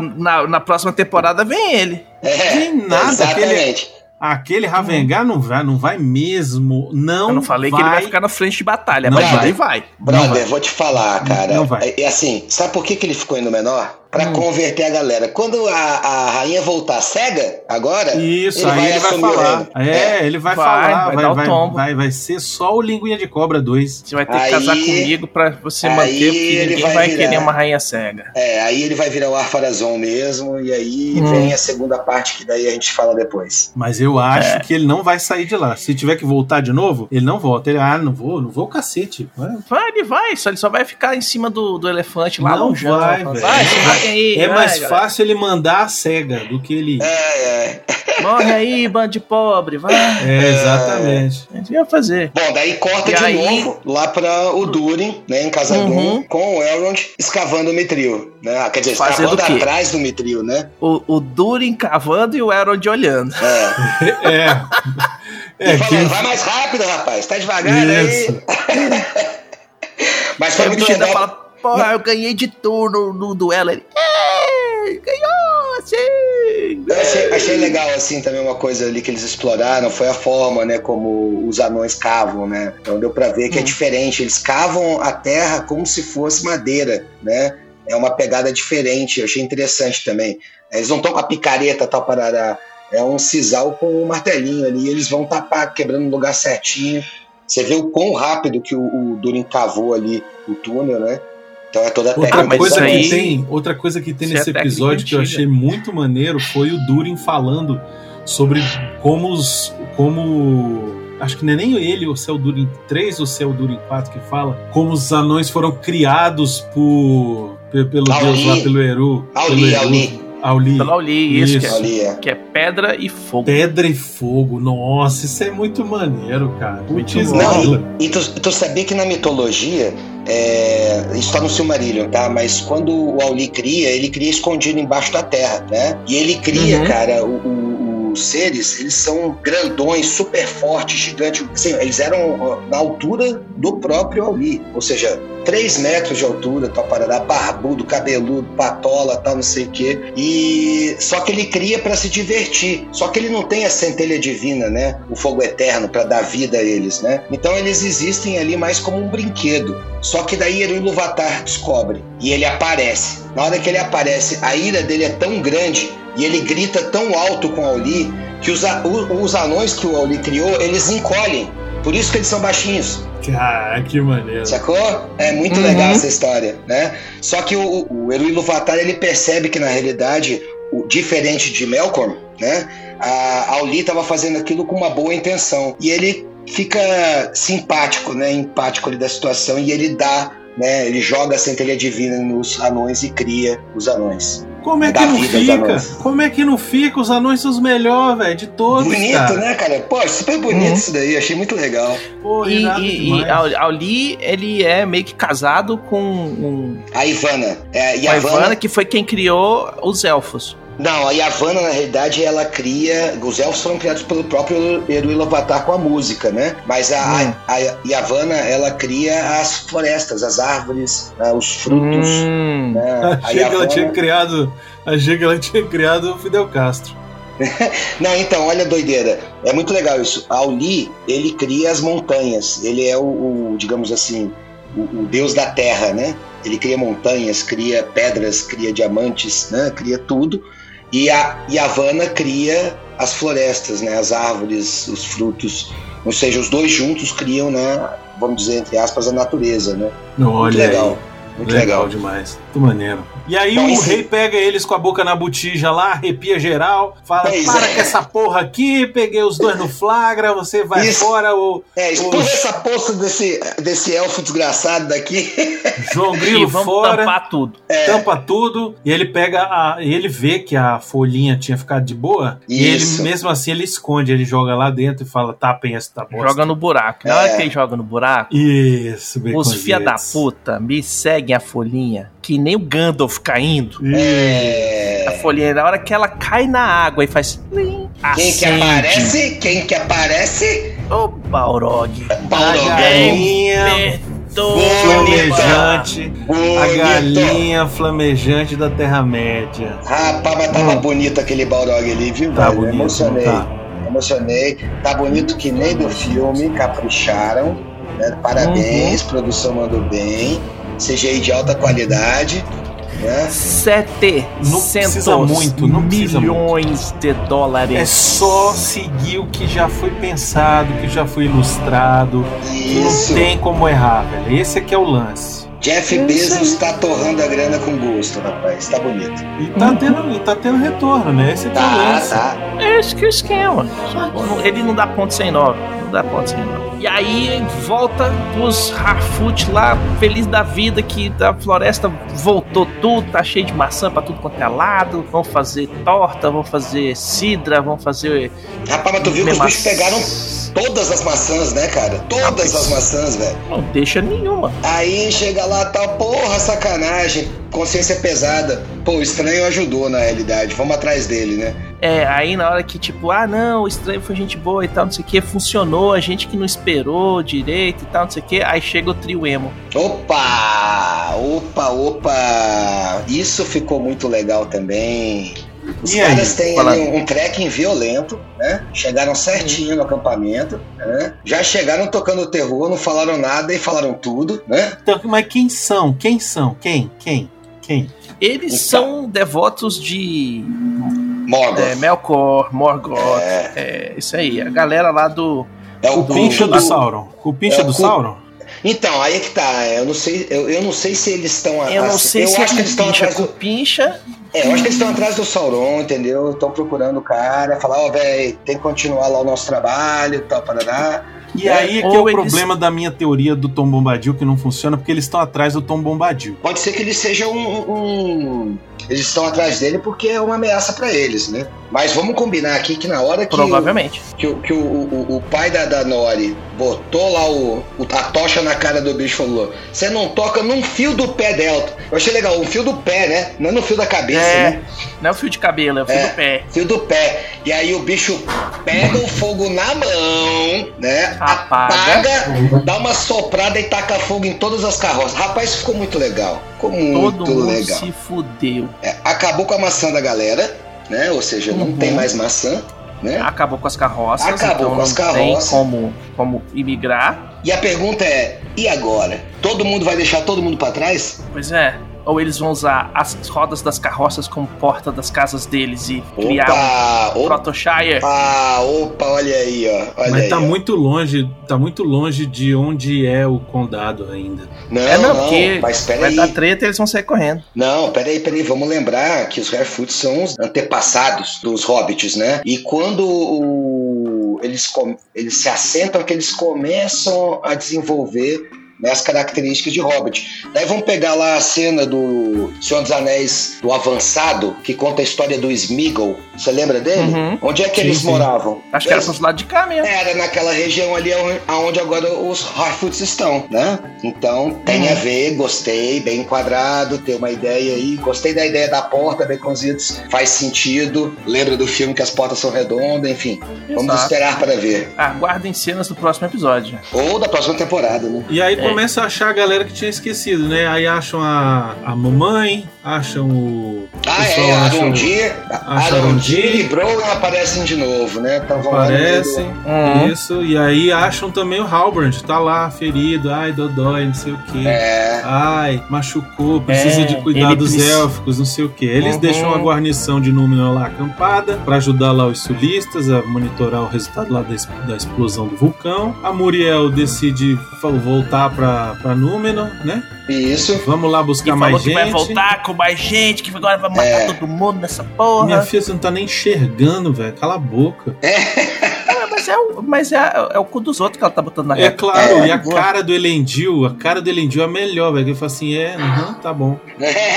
B: na- na próxima temporada vem ele.
D: é.
C: Que nada, aquele,
D: Exatamente.
C: aquele Ravengar não vai, não vai mesmo. Não.
B: Eu não falei que ele vai ficar na frente de batalha,
C: Então Não
B: mas
D: vai.
B: ele vai.
C: Não vai.
D: Brother, vou te falar, cara.
C: Não vai.
D: E assim, sabe por que, que ele ficou indo menor? Pra
B: Hum.
D: converter a galera. Quando a, a rainha voltar cega, agora,
C: Isso,
D: É, Ele
C: aí
D: vai
C: ele vai
D: assumir o
C: falar.
D: reino.
C: É, ele vai,
B: Vai,
C: falar,
B: vai
C: vai,
B: dar o
C: vai,
B: tombo.
C: vai, vai ser só o Linguinha de Cobra 2.
B: Você vai ter que
D: Aí-
B: casar comigo pra você
D: aí
B: manter, porque
D: ele
B: ninguém vai,
D: vai virar.
B: querer uma rainha cega.
D: é, aí ele vai virar o Arfarazon mesmo, e aí
B: Hum.
D: vem a segunda parte que daí a gente fala depois.
C: Mas
B: É.
C: eu acho que ele não vai sair de lá. Se tiver que voltar de novo, ele não volta. Ele, ah, não vou, não vou, cacete. Vai.
B: Vai, ele vai, só ele só vai ficar em cima do, do elefante lá
C: Não
B: longe. né?
C: vai,
B: vai,
C: velho.
B: vai,
C: Não
B: vai, Morre aí.
C: É
B: vai,
C: mais
B: né, galera.
C: fácil ele mandar a cega do que ele.
D: É, é.
B: Morre aí, bando de pobre, vai.
C: É, exatamente.
B: A gente ia fazer.
D: Bom, daí corta
B: E
D: de
B: aí-
D: novo lá pra o Durin, né, em Casadum,
B: Uhum.
D: com o Elrond escavando o Mitril, né? Ah, Quer dizer,
B: Fazendo
D: escavando
B: o quê?
D: atrás do Mitril, né?
B: O, o Durin cavando e o Elrond olhando.
D: É.
C: É. É,
D: e falando,
C: que-
D: vai mais rápido, rapaz, tá devagar
C: Isso.
D: aí. Mas foi
B: Aí o
D: muito
B: bicho ainda
D: legal.
B: fala, porra, eu ganhei de turno no duelo. Ele, "É, ganhou, assim.
D: Eu achei, achei legal, assim, também uma coisa ali que eles exploraram foi a forma, né, como os anões cavam, né? Então deu pra ver que é
B: Hum.
D: diferente. Eles cavam a terra como se fosse madeira, né? É uma pegada diferente. Eu achei interessante também. É, Eles não estão com a picareta tal parará. É um sisal com um martelinho ali. e Eles vão tapar, quebrando no lugar certinho. Você vê o quão rápido que o, o Durin cavou ali o túnel, né? Então é toda a técnica.
C: Outra
B: mas
C: coisa,
D: dos
B: aí-
D: anões.
C: que tem, outra coisa que tem
B: Isso é
C: nesse
B: técnica
C: episódio que eu
B: antiga.
C: achei muito maneiro foi o Durin falando sobre como os. como. Acho que não é nem ele, ou se é o Durin 3 ou se é o Durin 4 que fala, como os anões foram criados por. pe- pelo
D: Auli.
C: Deus lá, pelo Eru.
D: Auli,
C: pelo Eru.
D: Auli.
C: Auli.
B: Pelo Auli, isso,
C: Isso.
B: Que,
D: Ali, é.
B: é, que é pedra e fogo.
C: Pedra e fogo, nossa, isso é muito maneiro, cara.
B: Muito
C: Putz,
B: bom.
C: grila.
D: Não, e, e tu, tu sabia que na mitologia, é, isso tá no Silmarillion, tá? Mas quando o Auli cria, ele cria escondido embaixo da terra, né? E ele cria,
B: Uhum.
D: cara, o- o- os seres, eles são grandões, super fortes, gigantes. Assim, eles eram ó, na altura do próprio Auli, ou seja, 3 metros de altura, tal parada, barbudo, cabeludo, patola, tal, não sei o quê. E só que ele cria pra se divertir. Só que ele não tem a centelha divina, né? O fogo eterno pra dar vida a eles, né? Então eles existem ali mais como um brinquedo. Só que daí Eru Iluvatar descobre e ele aparece. Na hora que ele aparece, a ira dele é tão grande e ele grita tão alto com Auli que os, a- o- os anões que o Auli criou, eles encolhem. Por isso que eles são baixinhos.
C: Cara, que maneiro.
D: Sacou? É muito
B: Uhum.
D: legal essa história, né? Só que o, o Eru Iluvatar, ele percebe que na realidade, o, diferente de Melkor, né? A Auli estava fazendo aquilo com uma boa intenção. E ele fica simpático, né? Empático ali da situação e ele dá, né? Ele joga a centelha divina nos anões e cria os anões.
C: Como é que
D: Da
C: não
D: vida dos
C: fica?
D: anões.
C: Como é que não fica? Os anões são os melhores, velho, de todos.
D: bonito,
C: cara.
D: né, cara? Pô, super bonito
B: Uhum.
D: isso daí, achei muito legal.
C: Pô,
B: E,
C: irado
B: e,
C: demais.
B: e Au- Auli, ele é meio que casado com um,
D: A Ivana. É, e
B: com a
D: a Ivana
B: Ivana, que foi quem criou os elfos.
D: Não, a Yavanna, na realidade, ela cria. Os elfos foram criados pelo próprio Eru Iluvatar com a música, né? Mas a,
B: Hum.
D: a, a Yavanna, ela cria as florestas, as árvores, né, os frutos.
B: Hum.
D: Né? A
C: Achei que ela
D: Yavanna-
C: tinha criado. Achei que ela tinha criado o Fidel Castro.
D: Não, então, olha a doideira. É muito legal isso. Auli, ele cria as montanhas. Ele é o, o, digamos assim, o, o deus da terra, né? Ele cria montanhas, cria pedras, cria diamantes, né? Cria tudo. E a Yavanna cria as florestas, né? As árvores, os frutos. Ou seja, os dois juntos criam, né? Vamos dizer, entre aspas, a natureza, né?
C: Não,
D: Muito
C: olha
D: legal.
C: aí.
D: Muito legal.
C: demais. Muito maneiro. E aí
D: Então,
C: o
D: esse-
C: rei pega eles com a boca na botija lá, arrepia geral, fala:
D: Pois
C: para
D: é.
C: com essa porra aqui, peguei os dois no flagra, você vai
D: Isso.
C: fora, o
D: É, expulsa
C: Oxe.
D: essa poça desse, desse elfo desgraçado daqui.
C: João
B: E
C: Grilo
B: vamos
C: fora.
B: tampar tudo.
C: tampa tudo e ele pega a, e ele vê que a folhinha tinha ficado de boa e
D: Isso.
C: ele mesmo assim ele esconde, ele joga lá dentro e fala tapem essa da bosta.
B: Joga no buraco. Na hora
D: É.
B: que ele joga no buraco,
C: Isso,
B: os
C: baconzitos.
B: fia da puta me seguem a folhinha, que nem o Gandalf caindo.
D: É.
B: A folhinha, na hora que ela cai na água e faz. plim,
D: Quem que
B: acende.
D: aparece? Quem que aparece?
B: Ô, Balrog.
C: A
D: Paulo Galo.
C: galinha
B: Perdoa.
C: flamejante, a
D: Bonito.
C: galinha flamejante da Terra Média.
D: Rapaz, mas tava
C: Hum.
D: bonito aquele Balrog ali, viu?
C: Tá
D: velho?
C: bonito,
D: Emocionei.
C: não tá?
D: Emocionei. Tá bonito que nem do filme, capricharam. né? Parabéns,
C: Uhum.
D: produção mandou bem. CGI de alta qualidade. Né?
B: 700
C: Não precisa muito, não precisa
B: milhões de dólares.
C: É só seguir o que já foi pensado, o que já foi ilustrado. que
D: Isso.
C: Não tem como errar, velho. Esse aqui é o lance.
D: Jeff
B: Isso
D: Bezos tá torrando a grana com gosto, rapaz. Tá bonito.
C: E tá tendo, e tá tendo retorno, né? Esse aqui é o
D: Tá,
C: lance.
D: tá.
B: É isso que é o esquema. Ele não dá ponto sem nó. não dá ponto sem não. E aí volta os Harfoot lá, feliz da vida que a floresta voltou tudo, tá cheio de maçã pra tudo quanto é lado. Vão fazer torta, vão fazer cidra, vão fazer.
D: Rapaz, mas tu viu que os bichos pegaram todas as maçãs, né, cara? Todas
B: Rapaz.
D: as maçãs, velho.
B: Não deixa nenhuma.
D: Aí chega lá, tal, porra, sacanagem, consciência pesada. Pô, o estranho ajudou na realidade, vamos atrás dele, né?
B: É, aí na hora que, tipo, ah, não, o estranho foi gente boa e tal, não sei o que, funcionou, a gente que não esperou direito e tal, não sei o que, aí chega o trio emo.
D: Opa! Opa, opa! Isso ficou muito legal também. Os
C: E
D: caras
C: aí,
D: têm
B: fala-
D: ali um, um trekking violento, né? Chegaram certinho no acampamento, né? Já chegaram tocando terror, não falaram nada e falaram tudo, né?
C: Então, mas quem são? Quem são? Quem? Quem? Quem?
B: Eles
D: Então.
B: são devotos de
D: Morgoth.
B: é,
D: É,
B: Melkor, Morgoth,
D: é,
B: é, isso aí, a galera lá do.
D: o
B: Do-
C: Pincha do
B: do-
C: Sauron. O
D: É
C: Pincha
D: o
C: do
D: cu-
C: Sauron?
D: Então, aí é que tá. Eu não sei, eu, eu não sei se eles estão assim,
B: Eu não sei se é
D: acho que eles estão
B: Cupincha,
D: atrás do,
B: Cupincha,
D: É, eu acho que eles estão atrás do Sauron, entendeu? Estão procurando o cara, falar, ó, velho, tem que continuar lá o nosso trabalho, tal, parará.
C: E
D: É,
C: aí é que é
B: ou
C: o
B: eles-
C: problema da minha teoria do Tom Bombadil que não funciona, porque eles estão atrás do Tom Bombadil.
D: Pode ser que ele seja um. um- Eles estão atrás dele porque é uma ameaça pra eles, né? Mas vamos combinar aqui que na hora que, o,
B: provavelmente.
D: que, o, que o, o- o pai da, da Nori botou lá o, o- a tocha na cara do bicho e falou: você não toca num fio do pé dela. Eu achei legal, um fio do pé, né? Não no fio da cabeça,
B: É.
D: né?
B: Não é o fio de cabelo, é o fio
D: É.
B: do pé.
D: fio do pé. E aí o bicho pega o fogo na mão, né?
B: Apaga.
D: Apaga, dá uma soprada e taca fogo em todas as carroças. Rapaz, isso ficou muito legal. Ficou muito
B: Todo mundo
D: legal.
B: se fudeu.
D: É, acabou com a maçã da galera, né? Ou seja, não
B: Uhum.
D: tem mais maçã, né?
B: Acabou com as carroças,
D: Acabou
B: então
D: com as
B: não tem
D: carroças.
B: como, como imigrar.
D: E a pergunta é: e agora? Todo mundo vai deixar todo mundo pra trás?
B: Pois é. Ou eles vão usar as rodas das carroças como porta das casas deles e criar
D: Opa,
B: um
D: opa,
B: Protoshire.
D: opa, olha aí, ó. Olha
C: Mas
D: aí,
C: tá
D: ó.
C: muito longe, tá muito longe de onde é o condado ainda.
D: Não,
B: É, não,
D: não,
B: porque
D: mas espera
B: Vai tá
D: aí.
B: dar treta e eles vão sair correndo.
D: Não, peraí, peraí, vamos lembrar que os Harefoots são os antepassados dos hobbits, né? E quando o- eles, com- eles se assentam, que eles começam a desenvolver né, as características de hobbit. Daí vamos pegar lá a cena do Senhor dos Anéis do Avançado, que conta a história do Smeagol. Você lembra dele?
B: Uhum.
D: Onde é que
C: Sim,
D: eles
C: sim.
D: moravam?
B: Acho que era
D: Eles-
B: pros lados de cá mesmo.
D: era naquela região ali onde agora os Harfoots estão, né? Então tem
C: É.
B: Uhum.
D: a ver, gostei, bem enquadrado, tem uma ideia aí, gostei da ideia da porta, bem cozidos, faz sentido, lembra do filme que as portas são redondas, enfim, vamos
B: Exato.
D: esperar para ver.
B: Aguardem cenas do próximo episódio.
D: Ou da próxima temporada, né?
C: E aí
B: É.
C: começa a achar a galera que tinha esquecido, né? Aí acham a, a mamãe, acham o.
D: Ah,
C: pessoal
D: é,
C: acha o-
D: Arondir,
C: acha
D: Arondir e
C: Arondir.
D: Brown aparecem de novo, né? Então vão lá no meio do-
C: Aparecem, isso, e aí acham também o Halbrand, tá lá ferido, ai, dodói, não sei o quê.
D: É,
C: Ai, machucou, precisa
B: É,
C: de cuidar
B: ele
C: dos
B: preci-
C: élficos, não sei o que. Eles
B: Uhum.
C: deixam a guarnição de Númenor lá acampada pra ajudar lá os sulistas a monitorar o resultado lá da, es- da explosão do vulcão. A Muriel decide fa- voltar pra, pra Númenor, né?
D: isso.
C: Vamos lá
B: Que
C: buscar
B: falou
C: mais
B: que vai
C: gente.
B: voltar com mais gente, que agora vai matar
D: É.
B: todo mundo nessa
C: Minha
B: porra.
C: filha, você não tá nem enxergando, velho. Cala a boca.
B: Ah, mas é, o, mas é, é o cu dos outros que ela tá botando na
C: É
B: reta.
C: claro,
D: é,
C: e a
B: boa.
C: cara do Elendil, a cara do Elendil é a melhor, velho. Ele fala assim: é, aham, tá bom.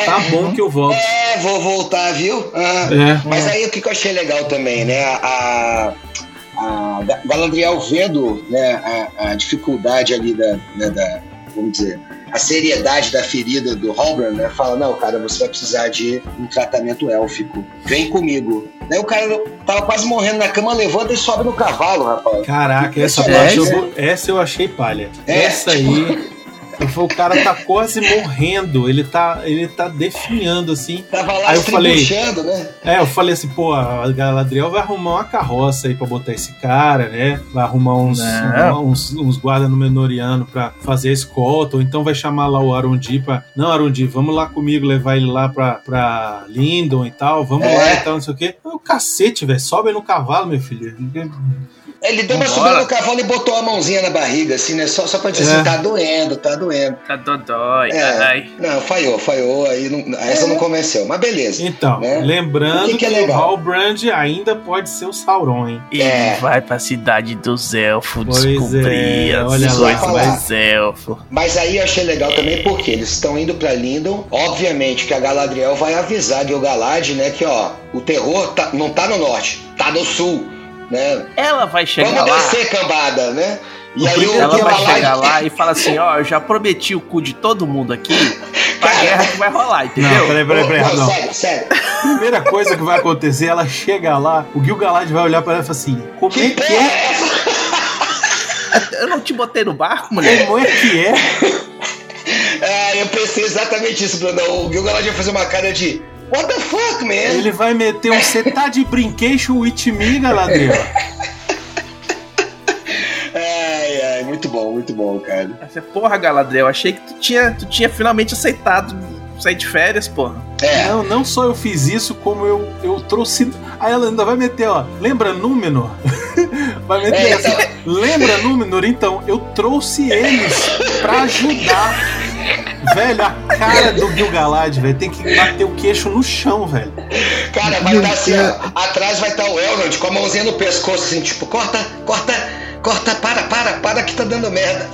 C: Tá bom que eu volto.
D: É, vou voltar, viu? Ah.
C: É.
D: Mas aí o que que eu achei legal também, né? A, a Ga- Galadriel vendo né, a, a dificuldade ali da, né, da- Vamos dizer. A seriedade da ferida do Halbrand, né? Fala, não, cara, você vai precisar de um tratamento élfico. Vem comigo. Daí o cara tava quase morrendo na cama, levanta e sobe no cavalo, rapaz.
C: Caraca, essa
D: É,
C: parte eu,
D: é.
C: vou- essa eu achei palha.
D: É.
C: Essa aí. eu falei, O cara tá quase morrendo, ele tá, ele tá definhando assim.
D: Tava lá
C: Aí eu falei-
D: estribuchando, né?
C: É, eu falei assim, pô, a Galadriel vai arrumar uma carroça aí pra botar esse cara, né? Vai arrumar uns,
B: Não.
C: uns, uns guarda no Menoriano pra fazer a escolta, ou então vai chamar lá o Arundi pra. Não, Arundi, vamos lá comigo levar ele lá pra, pra Lindon e tal, vamos
D: É.
C: lá e tal, não sei o quê. O cacete, velho, sobe aí no cavalo, meu filho.
D: Ele deu uma
B: Vambora.
D: subida no cavalo e botou a mãozinha na barriga, assim, né? Só, só pra dizer
C: É.
D: assim, tá doendo, tá doendo.
B: Tá dodói,
D: É.
B: carai.
D: Não, falhou, falhou, aí não,
C: É.
D: essa não convenceu, mas beleza.
C: Então,
D: Né?
C: lembrando
D: O que
C: que,
D: que é
C: o
D: legal?
C: Halbrand ainda pode ser o Sauron, hein?
B: Ele
D: É.
B: vai pra cidade dos elfos
C: Pois
B: descobrir
C: é,
B: as
C: olha
D: lá.
B: coisas dos elfos.
D: Mas aí eu achei legal também porque eles estão indo pra Lindon. Obviamente que a Galadriel vai avisar Gil-galad, né, que ó, o terror tá- não tá no norte, tá no sul, né?
B: Ela vai chegar
D: Vamos
B: lá.
D: descer, cambada, né? E aí o
B: Ela vai
D: Gil-galad-
B: chegar lá e fala assim, ó, eu já prometi o cu de todo mundo aqui pra
D: Cara.
B: guerra que vai rolar, entendeu?
C: Não, peraí, peraí, peraí,
D: Não,
C: rapidão.
D: sério, sério.
C: Primeira coisa que vai acontecer, ela chega lá, o Gil Galad vai olhar pra ela e fala assim: como é
D: Que
C: que
D: porra
C: é?
D: é essa?
B: Eu não te botei no barco, mulher?
C: Como é que é?
D: É, eu pensei exatamente isso, Bruno. O Gil-galad vai fazer uma cara de What the fuck, man?
C: Ele vai meter um Você tá de brinquedo with me, Galadriel?
D: Ai, ai, muito bom, muito bom, cara.
B: Ela fala, é Porra, Galadriel, achei que tu tinha, tu tinha finalmente aceitado sair de férias, porra.
D: É,
C: Não, não só eu fiz isso, como eu, eu trouxe. Aí ela ainda vai meter, ó. Lembra Númenor? Vai meter assim,
D: É,
C: essa. Lembra Númenor? Então, eu trouxe eles pra ajudar. Velho, a cara do Gil-galad, velho, tem que bater o queixo no chão, velho.
D: cara, vai estar assim, ó, atrás vai estar o Elrond com a mãozinha no pescoço, assim, tipo, corta, corta, corta, para, para, para que tá dando merda.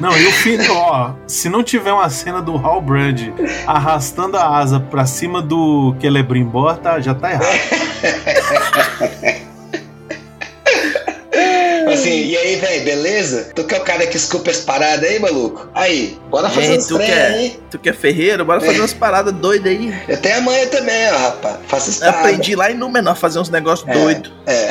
C: Não, eu fico, ó. Se não tiver uma cena do Halbrand arrastando a asa pra cima do Celebrimbor, tá, já tá errado.
D: Assim, e aí, velho, beleza? Tu que é o cara que escupa as paradas aí, maluco? Aí, bora fazer
B: Ei,
D: uns
B: tu
D: trem,
B: quer?
D: hein?
B: Tu que é ferreiro, bora fazer umas paradas doidas aí.
D: Eu tenho a manha também, ó, rapaz. Faça
B: Eu
D: espada.
B: aprendi lá em Númenor a fazer uns negócios
D: É.
B: doidos.
D: É.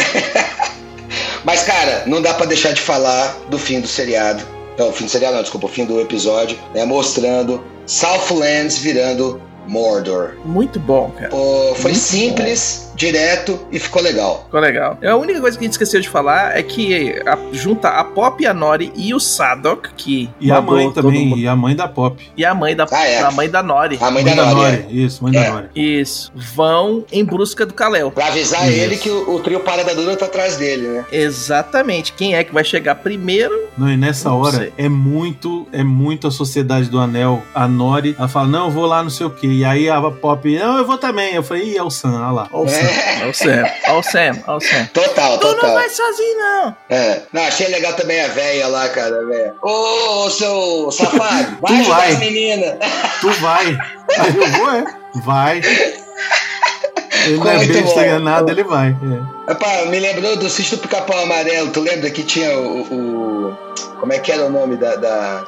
D: Mas, cara, não dá pra deixar de falar do fim do seriado. Não, fim do seriado não, desculpa, o fim do episódio, né? Mostrando Southlands virando Mordor.
B: Muito bom, cara.
D: Pô, foi
B: Muito
D: simples, direto e ficou legal.
B: Ficou legal. É, A única coisa que a gente esqueceu de falar é que a- junta a Pop, a Nori e o Sadok, que
C: E a
B: mandou
C: mãe
B: todo
C: também,
B: mundo-
C: e a mãe da Pop.
B: E a mãe da,
D: Ah, é.
B: a mãe da Nori.
D: A mãe da Nori.
C: Nori, Isso, mãe
D: É.
C: da Nori.
B: Isso. Vão em busca do Kalel.
D: Pra avisar
C: Isso.
D: ele que o, o trio Parada Dura tá atrás dele, né?
B: Exatamente. Quem é que vai chegar primeiro?
C: Não, e nessa
B: Não
C: hora
B: sei.
C: é muito, é muito a Sociedade do Anel, a Nori, ela fala, não, eu vou lá, não sei o quê. E aí a Pop, não, eu vou também. Eu falei, ih, é o Sam, olha lá. Ó o Sam.
D: É,
B: É o Sam. É o Sam. É o Sam.
D: total,
B: Tu não
D: total.
B: vai sozinho, não.
D: É. Não, achei legal também a véia lá, cara, velho. Ô, ô, seu safado,
C: Tu
D: vai ajudar
C: vai.
D: as meninas.
C: Tu vai. Aí eu vou, é. Vai. Ele não é
D: Muito
C: besta
D: bom.
C: é nada, ele vai. É.
D: Epá, me lembrou do Sítio do Pica-Pau Amarelo. Tu lembra que tinha o, o- Como é que era o nome da. da...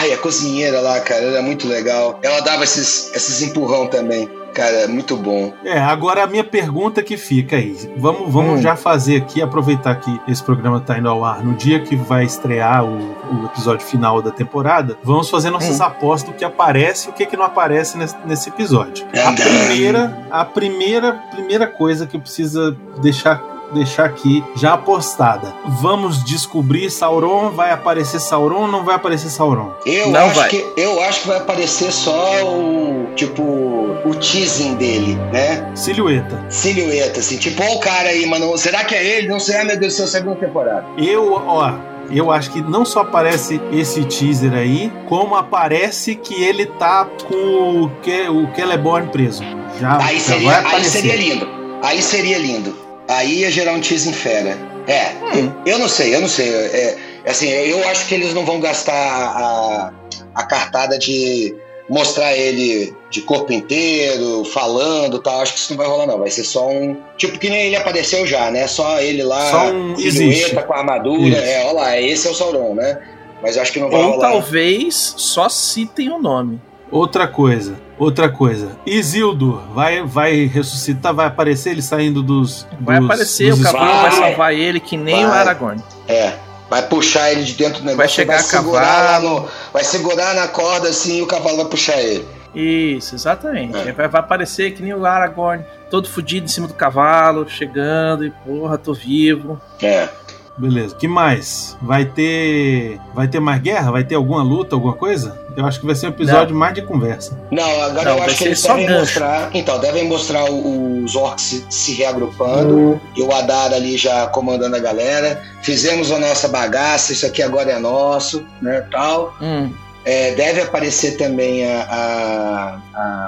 D: Ai, a cozinheira lá, cara, era muito legal. Ela dava esses, esses empurrão também. Cara, muito bom.
C: É, agora a minha pergunta que fica aí. Vamos, vamos
B: Hum.
C: já fazer aqui, aproveitar que esse programa tá indo ao ar no dia que vai estrear o, o episódio final da temporada. Vamos fazer nossas apostas do que aparece e o que, que não aparece nesse, nesse episódio. A
D: Uhum.
C: primeira, a primeira, primeira coisa que precisa deixar deixar aqui já apostada. Vamos descobrir Sauron, vai aparecer Sauron, não vai aparecer Sauron.
D: Eu,
B: Não
D: acho
B: vai.
D: Que, eu acho que vai aparecer só o. Tipo, o teasing dele, né?
C: Silhueta.
D: Silhueta, assim. Tipo, ó, o cara aí, mano. Será que é ele? Não sei. Ah, meu Deus do céu, segunda temporada.
C: Eu, ó, eu acho que não só aparece esse teaser aí, como aparece que ele tá com o, Ke o Celeborn preso. Já,
D: aí,
C: já
D: seria,
C: vai
D: aí
C: aparecer.
D: seria lindo. Aí seria lindo. Aí ia gerar um teasing fera. É,
C: Hum.
D: Eu não sei, eu não sei. É, assim, eu acho que eles não vão gastar a, a cartada de mostrar ele de corpo inteiro, falando e tal. Acho que isso não vai rolar, não. Vai ser só um. Tipo que nem ele apareceu já, né? Só ele lá,
C: Só um existe.
D: com a armadura.
C: Isso.
D: É, olha lá, esse é o Sauron, né? Mas eu acho que não vai
B: Ou
D: rolar.
B: talvez só citem o nome.
C: Outra coisa, outra coisa. Isildur vai, vai ressuscitar, vai aparecer ele saindo dos.
B: Vai
C: dos-
B: aparecer,
C: dos
B: o cavalo vai
D: escudos.
C: escudos.
B: salvar ele que nem o
D: Vai.
B: Aragorn.
D: É. Vai puxar ele de dentro do negócio.
B: chegar a
D: segurar lá
B: cavalo.
D: no- vai segurar na corda assim e o cavalo vai puxar ele.
B: Isso, exatamente.
D: É.
B: Vai, vai aparecer que nem o Aragorn, todo fudido em cima do cavalo, chegando e porra, tô vivo.
D: É.
C: Beleza. Que mais? Vai ter. Vai ter mais guerra? Vai ter alguma luta, alguma coisa? Eu acho que vai ser um episódio mais de conversa.
D: Não, agora
B: Não,
D: eu
B: vai
D: acho que
B: ser
D: eles
B: só
D: devem
B: gancho.
D: mostrar. Então, devem mostrar o- os orcs se, se reagrupando
B: Uhum.
D: e o Adar ali já comandando a galera. Fizemos a nossa bagaça, isso aqui agora é nosso, né? Tal.
B: Hum.
D: É, deve aparecer também a, a-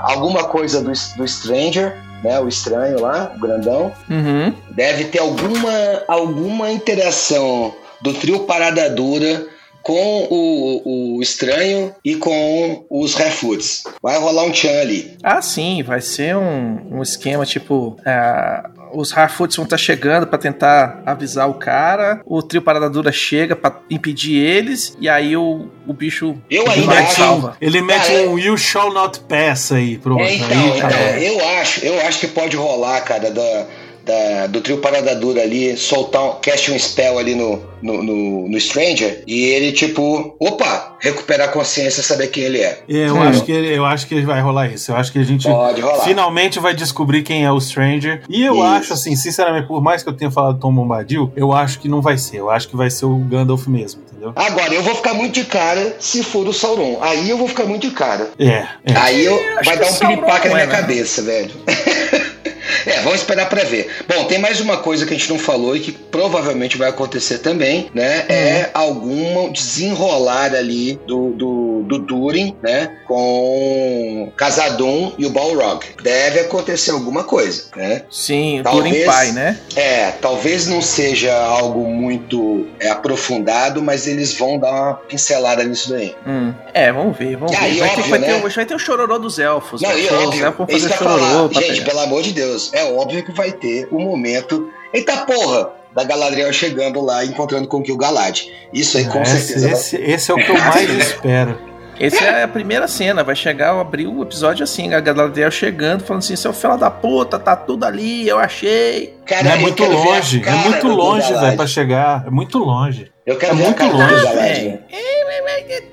D: a- alguma coisa do, do Stranger, né? O estranho lá, o grandão.
B: Uhum.
D: Deve ter alguma, alguma interação do trio Parada Dura com o, o estranho e com os Refuts. Vai rolar um tchan ali.
B: Ah, sim, vai ser um, um esquema tipo. é, os Harfoots vão estar chegando pra tentar avisar o cara. O trio Parada Dura chega pra impedir eles. E aí o, o bicho.
D: Eu
B: Ele
D: ainda
B: vai
D: acho.
B: salva.
C: Ele mete
D: Cara,
C: um You Shall Not Pass aí, pronto.
D: É, então,
C: aí, cara.
D: é, eu acho, eu acho que pode rolar, cara, da, da- do trio Parada Dura ali, soltar um, cast um spell ali no, no, no- no Stranger e ele, tipo, opa, recuperar a consciência e saber quem ele é.
C: É, eu,
B: Sim.
C: acho que, eu acho que vai rolar isso. Eu acho que a gente
D: Pode rolar.
C: finalmente vai descobrir quem é o Stranger. E eu
D: Isso.
C: acho, assim, sinceramente, por mais que eu tenha falado Tom Bombadil, eu acho que não vai ser. Eu acho que vai ser o Gandalf mesmo, entendeu?
D: Agora, eu vou ficar muito de cara se for o Sauron. Aí eu vou ficar muito de cara.
C: É, é.
D: Aí eu,
B: que
D: vai dar
B: o
D: um
B: Sauron
D: piripaque na
B: não é,
D: minha
B: né?
D: cabeça, velho. É, vamos esperar pra ver. Bom, tem mais uma coisa que a gente não falou e que provavelmente vai acontecer também, né? É algum desenrolar ali do, do, do Durin, né? Com Casadum e o Balrog. Deve acontecer alguma coisa, né?
B: Sim, o
D: Talvez-
B: Turin Pai, né?
D: É, talvez não seja algo muito é, aprofundado, mas eles vão dar uma pincelada nisso daí.
B: Hum. É, vamos ver, vamos
D: E aí,
B: ver. Vai, ter,
D: óbvio,
B: vai, ter,
D: né?
B: o- vai ter o chororô dos elfos.
D: Não,
B: né?
D: e
B: Os
D: óbvio,
B: elfos vão
D: isso
B: fazer
D: que eu ia
B: chororô.
D: falar.
B: pra
D: Gente,
B: pegar.
D: pelo amor de Deus, é óbvio que vai ter um momento. Eita porra! Da Galadriel chegando lá e encontrando com o Gil Galad. Isso aí com
C: esse,
D: certeza. né? vai-
C: esse- esse é o que eu mais espero.
B: Essa é a primeira cena, vai chegar, eu abrir o episódio assim, a Galadriel chegando, falando assim, seu filho da puta, tá tudo ali, eu achei.
D: Cara,
C: Não é
D: eu
C: muito
D: quero ver a
C: longe, é
D: cara
C: muito
D: do Gil
C: longe,
D: Galad.
C: velho, pra chegar. É muito longe.
D: Eu quero
C: é
D: ver
C: muito
D: a cara do
C: longe,
D: Gil Galad.
B: velho.
D: velho.
B: É,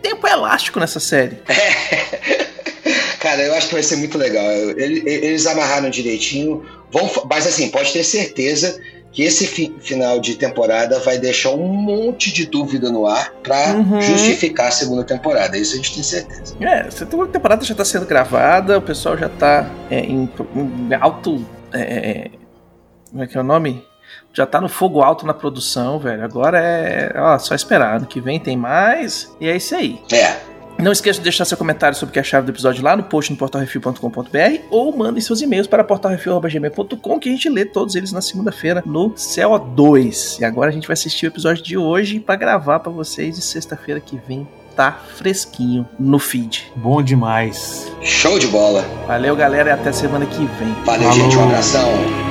B: Tempo elástico nessa série.
D: Cara, eu acho que vai ser muito legal. Eu- ele- Eles amarraram direitinho. Vão, fa- mas assim, pode ter certeza que esse fi- final de temporada vai deixar um monte de dúvida no ar pra
B: Uhum.
D: justificar a segunda temporada. Isso a gente tem certeza.
B: É, essa segunda temporada já tá sendo gravada, o pessoal já tá é, em, em alto. é, é, como é que é o nome? Já tá no fogo alto na produção, velho. Agora é. Ó, só esperar. Ano que vem tem mais. E é isso aí.
D: É,
B: Não esqueça de deixar seu comentário sobre o que acharam do episódio lá no post no portalrefil.com.br ou mandem seus e-mails para portalrefil.gmail.com que a gente lê todos eles na segunda-feira no CO2. E agora a gente vai assistir o episódio de hoje para gravar para vocês e sexta-feira que vem tá fresquinho no feed.
C: Bom demais.
D: show de bola.
B: Valeu, galera, e até semana que vem.
D: Valeu,
C: Falou.
D: gente. Um abração.